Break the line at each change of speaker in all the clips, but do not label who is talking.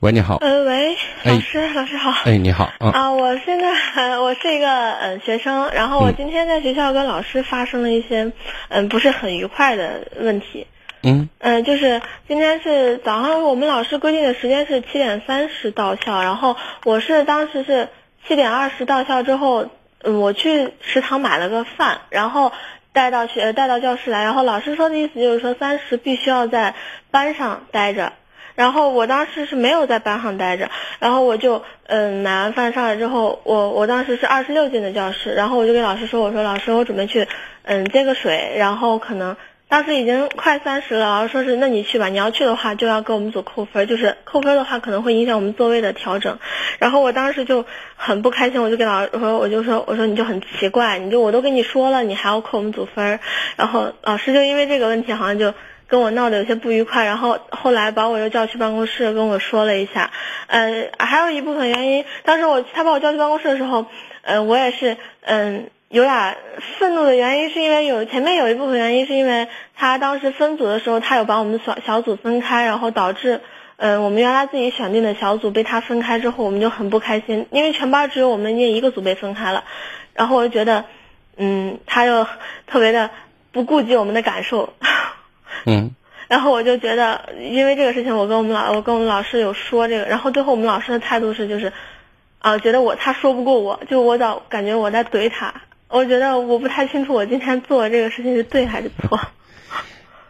喂，你好。
呃，喂，老师，老师好。
哎，你好。嗯、
啊，我现在 我是一个嗯学生，然后我
嗯
今天在学校跟老师发生了一些嗯不是很愉快的问题。
嗯
嗯，就是今天是早上，我们老师规定的时间是七点三十到校，然后我是当时是七点二十到校之后，嗯，我去食堂买了个饭，然后带到学呃带到教室来，然后老师说的意思就是说三十必须要在班上待着。然后我当时是没有在班上待着，然后我就嗯买完饭上来之后，我我当时是二十六进的教室，然后我就给老师说，我说老师，我准备去嗯接个水，然后可能当时已经快三十了，老师说是那你去吧，你要去的话就要给我们组扣分，就是扣分的话可能会影响我们座位的调整。然后我当时就很不开心，我就给老师说，我就说我说你就很奇怪，你就我都跟你说了，你还要扣我们组分儿，然后老师就因为这个问题好像就。跟我闹得有些不愉快，然后后来把我又叫去办公室，跟我说了一下。嗯，还有一部分原因，当时我他把我叫去办公室的时候，嗯，我也是嗯有点愤怒的原因，是因为有前面有一部分原因是因为他当时分组的时候，他有把我们小小组分开，然后导致。嗯，我们原来自己选定的小组被他分开之后，我们就很不开心，因为全班只有我们那一个组被分开了，然后我就觉得，嗯，他又 特别的不顾及我们的感受，
嗯
然后我就觉得，因为这个事情，我跟我们老我跟我们老师有说这个，然后最后我们老师的态度是就是，啊、觉得我他说不过我，就我早感觉我在怼他，我觉得我不太清楚我今天做的这个事情是对还是错
啊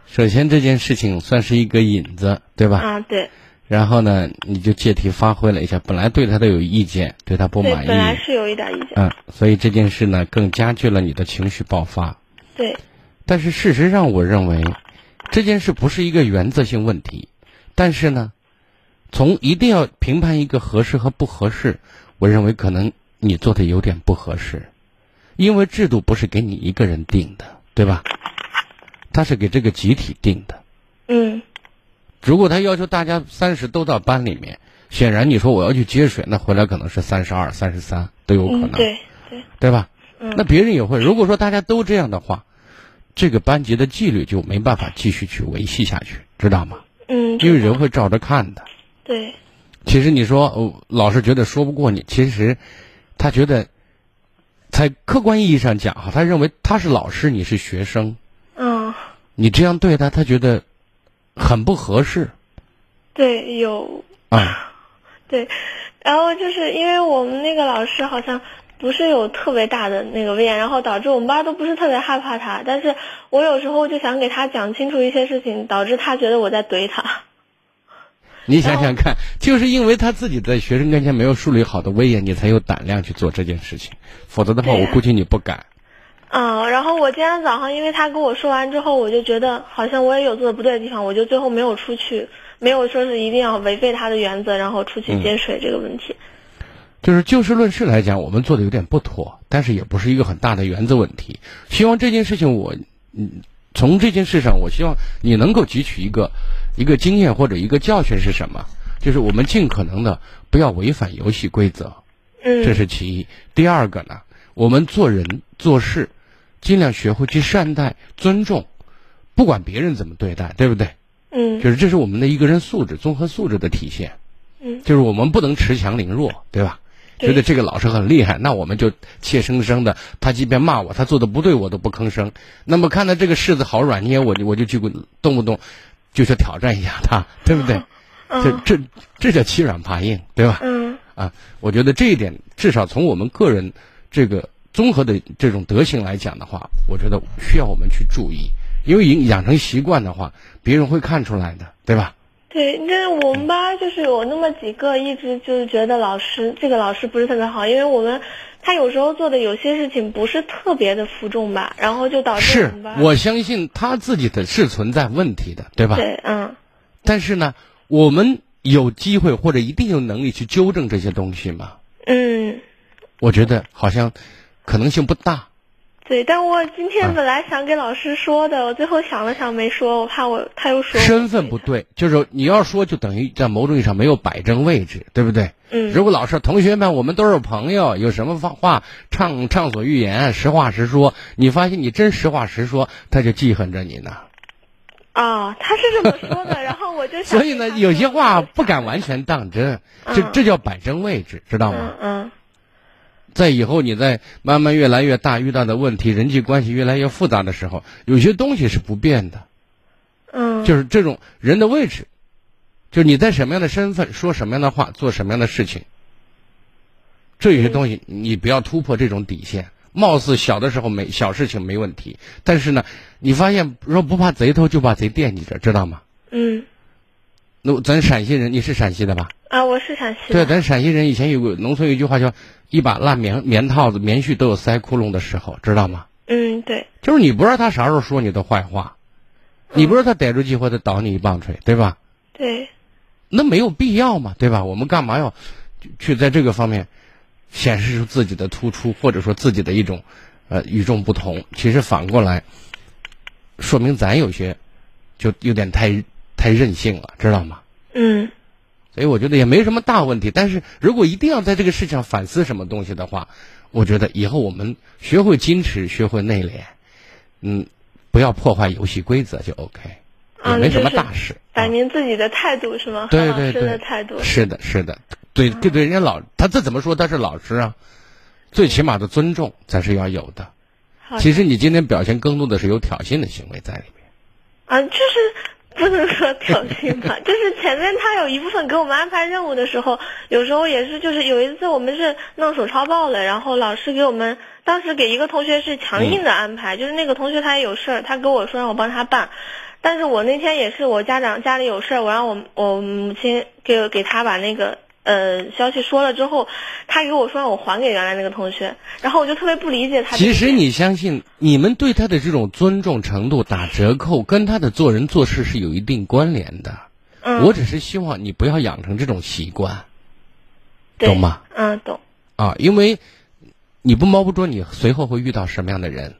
首先这件事情算是一个引子，对吧？
啊，对
然后呢，你就借题发挥了一下，本来对他的有意见，对他不
对，
满
本来
意，
是有一点意见，
嗯，所以这件事呢，更加剧了你的情绪爆发。
对
但是事实上，我认为这件事不是一个原则性问题，但是呢，从一定要评判一个合适和不合适，我认为可能你做的有点不合适，因为制度不是给你一个人定的，对吧？它是给这个集体定的。
嗯
如果他要求大家三十都到班里面，显然你说我要去接水，那回来可能是三十二、三十三都有可能。
嗯，对对，
对吧？
嗯
那别人也会。如果说大家都这样的话，这个班级的纪律就没办法继续去维系下去，知道吗？
嗯，
因为
知道
人会照着看的。
对
其实你说、哦老师觉得说不过你，其实他觉得，在客观意义上讲哈，他认为他是老师，你是学生，
嗯
你这样对他，他觉得很不合适
对有
啊。
对，然后就是因为我们那个老师好像不是有特别大的那个威严，然后导致我们班都不是特别害怕他。但是我有时候就想给他讲清楚一些事情，导致他觉得我在怼他。
你想想看，就是因为他自己在学生跟前没有树立好的威严，你才有胆量去做这件事情，否则的话，
对
我
呀
估计你不敢。
嗯，然后我今天早上因为他跟我说完之后，我就觉得好像我也有做的不对的地方，我就最后没有出去，没有说是一定要违背他的原则，然后出
嗯
去接水这个问题。
就是就事论事来讲，我们做的有点不妥，但是也不是一个很大的原则问题。希望这件事情我，嗯，从这件事上，我希望你能够汲取一个一个经验或者一个教训是什么？就是我们尽可能的不要违反游戏规则，
嗯，
这是其一。第二个呢，我们做人做事，尽量学会去善待、尊重，不管别人怎么对待，对不对？
嗯
就是这是我们的一个人素质、综合素质的体现。
嗯
就是我们不能恃强凌弱，对吧？
对
觉得这个老师很厉害，那我们就怯生生的，他即便骂我，他做的不对，我都不吭声。那么看到这个柿子好软捏，我就我就去滚动不动就去挑战一下他，对不对？这
嗯
这这叫欺软怕硬，对吧？
嗯
啊，我觉得这一点至少从我们个人这个综合的这种德行来讲的话，我觉得需要我们去注意，因为养养成习惯的话，别人会看出来的，对吧？
对，但是我们班就是有那么几个，一直就是觉得老师这个老师不是特别好，因为我们他有时候做的有些事情不是特别的服众吧，然后就导致
是
我们班
我相信他自己的是存在问题的，对吧？
对，嗯，
但是呢，我们有机会或者一定有能力去纠正这些东西吗？
嗯，
我觉得好像可能性不大。
对，但我今天本来想给老师说的，我最后想了想没说，我怕我他又说我
身份不对，就是你要说，就等于在某种意义上没有摆正位置，对不对？
嗯
如果老师，同学们，我们都是朋友，有什么话话畅畅所欲言，实话实说。你发现你真实话实说，他就记恨着你呢。
啊，他是这么说的，然后我就想
所 以呢，
给他
有些
说
话不敢完全当真，这
嗯
这叫摆正位置，知道吗？
嗯嗯
在以后你在慢慢越来越大，遇到的问题、人际关系越来越复杂的时候，有些东西是不变的，
嗯，
就是这种人的位置，就是你在什么样的身份说什么样的话，做什么样的事情，这有些东西你不要突破这种底线。貌似小的时候没小事情没问题，但是呢，你发现说不怕贼偷就怕贼惦记着，知道吗？
嗯
那我咱陕西人，你是陕西的吧？
啊，我是陕西
对，
的，
咱陕西人以前有个农村有一句话叫“一把烂棉棉套子，棉絮都有塞窟窿的时候”，知道吗？
嗯对，
就是你不知道他啥时候说你的坏话，你不知道他逮住机会他倒你一棒槌，对吧？
对，
那没有必要嘛，对吧？我们干嘛要去去在这个方面显示出自己的突出，或者说自己的一种呃与众不同？其实反过来说明咱有些就有点太太任性了，知道吗？
嗯
所以我觉得也没什么大问题。但是如果一定要在这个事情上反思什么东西的话，我觉得以后我们学会矜持，学会内敛，嗯，不要破坏游戏规则就 OK，也
啊，
没什么
就是
大事。
摆
啊
明自己的态度是吗？
对
和
对
老师
对
的嗯态度。
是的，是的，对，这对人家老他这怎么说他是老师啊？最起码的尊重才是要有的。
好
其实你今天表现更多的是有挑衅的行为在里面。
啊，就是不能说挑衅 吧，就是前面他有一部分给我们安排任务的时候，有时候也是，就是有一次我们是弄手抄报了，然后老师给我们当时给一个同学是强硬的安
嗯
排，就是那个同学他也有事儿，他跟我说让我帮他办。但是我那天也是，我家长家里有事儿，我让我我母亲给给他把那个呃消息说了之后，他给我说让我还给原来那个同学，然后我就特别不理解他这个
其
点。
实你相信，你们对他的这种尊重程度打折扣，跟他的做人做事是有一定关联的。
嗯
我只是希望你不要养成这种习惯
对
懂吗？
嗯，懂。
啊，因为你不猫不捉，你随后会遇到什么样的人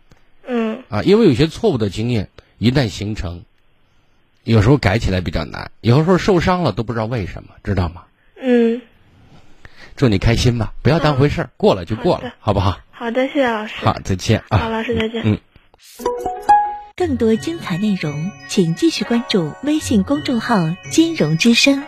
嗯
啊？因为有些错误的经验一旦形成，有时候改起来比较难，有时候受伤了都不知道为什么，知道吗？
嗯，
祝你开心吧，不要当回事儿，过了就过
好的
了，好不好？
好的，谢谢老师。
好，再见啊。
好，老师再见。
嗯
更多精彩内容，请继续关注微信公众号“金融之声”。